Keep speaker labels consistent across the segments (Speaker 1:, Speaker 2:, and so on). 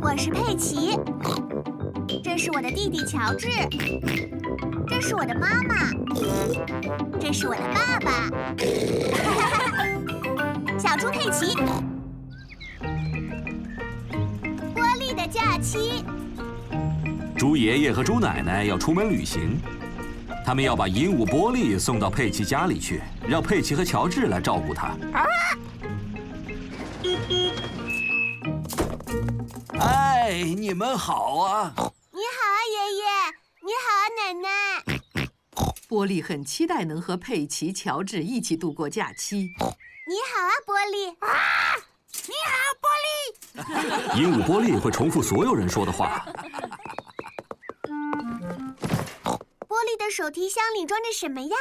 Speaker 1: 我是佩奇，这是我的弟弟乔治，这是我的妈妈，这是我的爸 爸。小猪佩奇，波利的假期，
Speaker 2: 猪爷爷和猪奶奶要出门旅行，他们要把鹦鹉波利送到佩奇家里去，让佩奇和乔治来照顾他。
Speaker 1: 啊！
Speaker 3: 哎，你们好啊！
Speaker 1: 你好啊，爷爷！你好啊，奶奶！
Speaker 4: 波利很期待能和佩奇、乔治一起度过假期。
Speaker 1: 你好啊，波利！
Speaker 5: 啊！你好，
Speaker 2: 波利！鹦鹉波利会重复所有人说的话。
Speaker 1: 波利的手提箱里装着什么呀？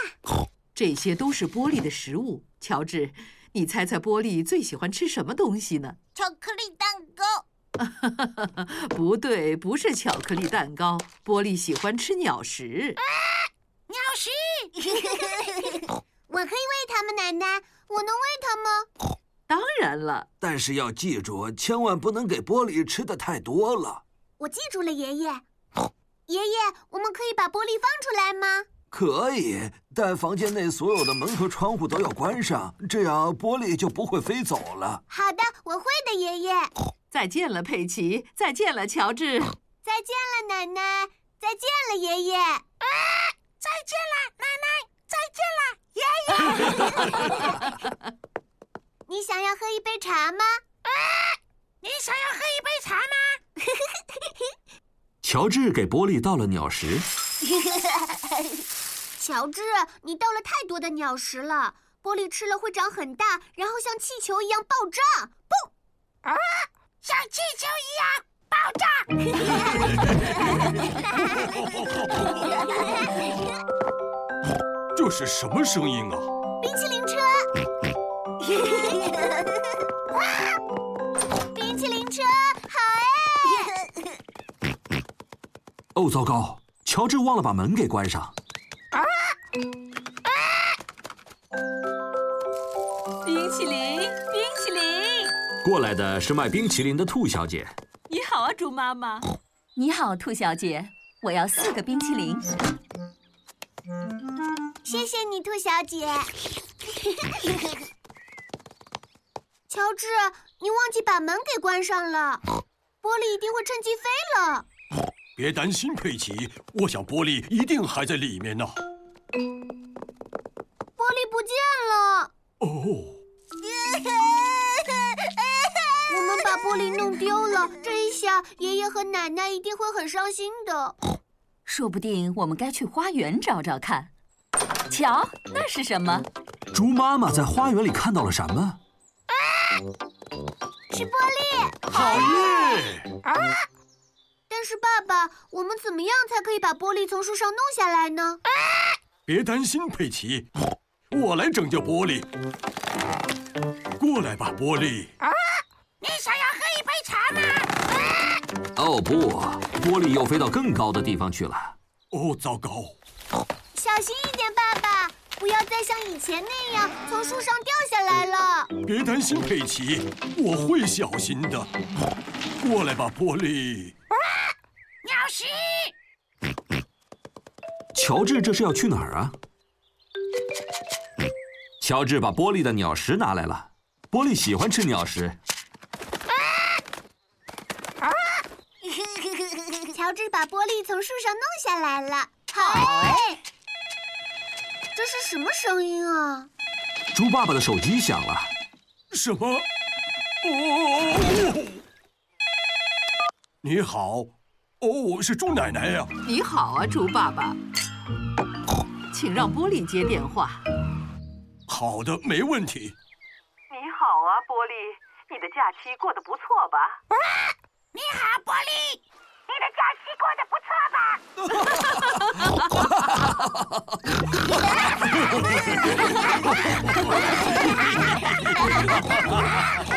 Speaker 4: 这些都是波利的食物。乔治，你猜猜波利最喜欢吃什么东西呢？
Speaker 5: 巧克力蛋糕。
Speaker 4: 不对，不是巧克力蛋糕。波利喜欢吃鸟食。
Speaker 5: 啊，鸟食！
Speaker 1: 我可以喂它们，奶奶。我能喂它
Speaker 4: 吗？当然了，
Speaker 3: 但是要记住，千万不能给波利吃的太多了。
Speaker 1: 我记住了，爷爷。爷爷，我们可以把波利放出来吗？
Speaker 3: 可以，但房间内所有的门和窗户都要关上，这样波利就不会飞走了。
Speaker 1: 好的，我会的，爷爷。
Speaker 4: 再见了，佩奇！再见了，乔治！
Speaker 1: 再见了，奶奶！再见了，爷爷！啊！
Speaker 5: 再见了，奶奶！再 见了，爷爷！
Speaker 1: 你想要喝一杯茶吗？啊！
Speaker 5: 你想要喝一杯茶吗？
Speaker 2: 乔治给波利倒了鸟食。
Speaker 1: 乔治，你倒了太多的鸟食了，波利吃了会长很大，然后像气球一样爆炸！嘣！
Speaker 5: 啊！像气球一样爆炸！
Speaker 6: 这是什么声音啊？
Speaker 1: 冰淇淋车！ 冰淇淋车，啊好
Speaker 2: 哎！哦，糟糕！乔治忘了把门给关上。啊！啊
Speaker 7: 冰淇淋，冰淇淋。
Speaker 2: 过来的是卖冰淇淋的兔小姐。
Speaker 7: 你好啊，猪妈妈。
Speaker 8: 你好，兔小姐，我要四个冰淇淋。
Speaker 1: 谢谢你，兔小姐。 乔治，你忘记把门给关上了，波利一定会趁机飞了。
Speaker 6: 别担心，佩奇，我想波利一定还在里面呢。
Speaker 1: 波利不见了。哦。我们把玻璃弄丢了，这一下爷爷和奶奶一定会很伤心的。
Speaker 8: 说不定我们该去花园找找看。瞧，那是什么？
Speaker 2: 猪妈妈在花园里看到了什么？
Speaker 1: 啊！是玻璃。
Speaker 6: 好耶！啊！
Speaker 1: 但是爸爸，我们怎么样才可以把玻璃从树上弄下来呢？啊！
Speaker 6: 别担心，佩奇，我来拯救玻璃。过来吧，玻璃。
Speaker 5: 啊！你想要喝一杯茶吗？
Speaker 2: 啊、哦不，玻璃又飞到更高的地方去了。
Speaker 6: 哦，糟糕！
Speaker 1: 小心一点，爸爸，不要再像以前那样从树上掉下来了。
Speaker 6: 别担心，佩奇，我会小心的。过来吧，玻璃。
Speaker 5: 啊！鸟食！
Speaker 2: 乔治，这是要去哪儿啊？嗯乔治把玻璃的鸟食拿来了。玻璃喜欢吃鸟食。
Speaker 1: 啊！乔治把玻璃从树上弄下来了。
Speaker 5: 好哎！
Speaker 1: 这是什么声音啊？
Speaker 2: 猪爸爸的手机响了。
Speaker 6: 什么？哦！你好，哦，是猪奶奶呀、啊。
Speaker 4: 你好啊，猪爸爸。请让玻璃接电话。
Speaker 6: 好的，没问题。
Speaker 9: 好啊，波利，你的假期过得不错吧？
Speaker 5: 啊、你好，波利，你的假期过得不错吧？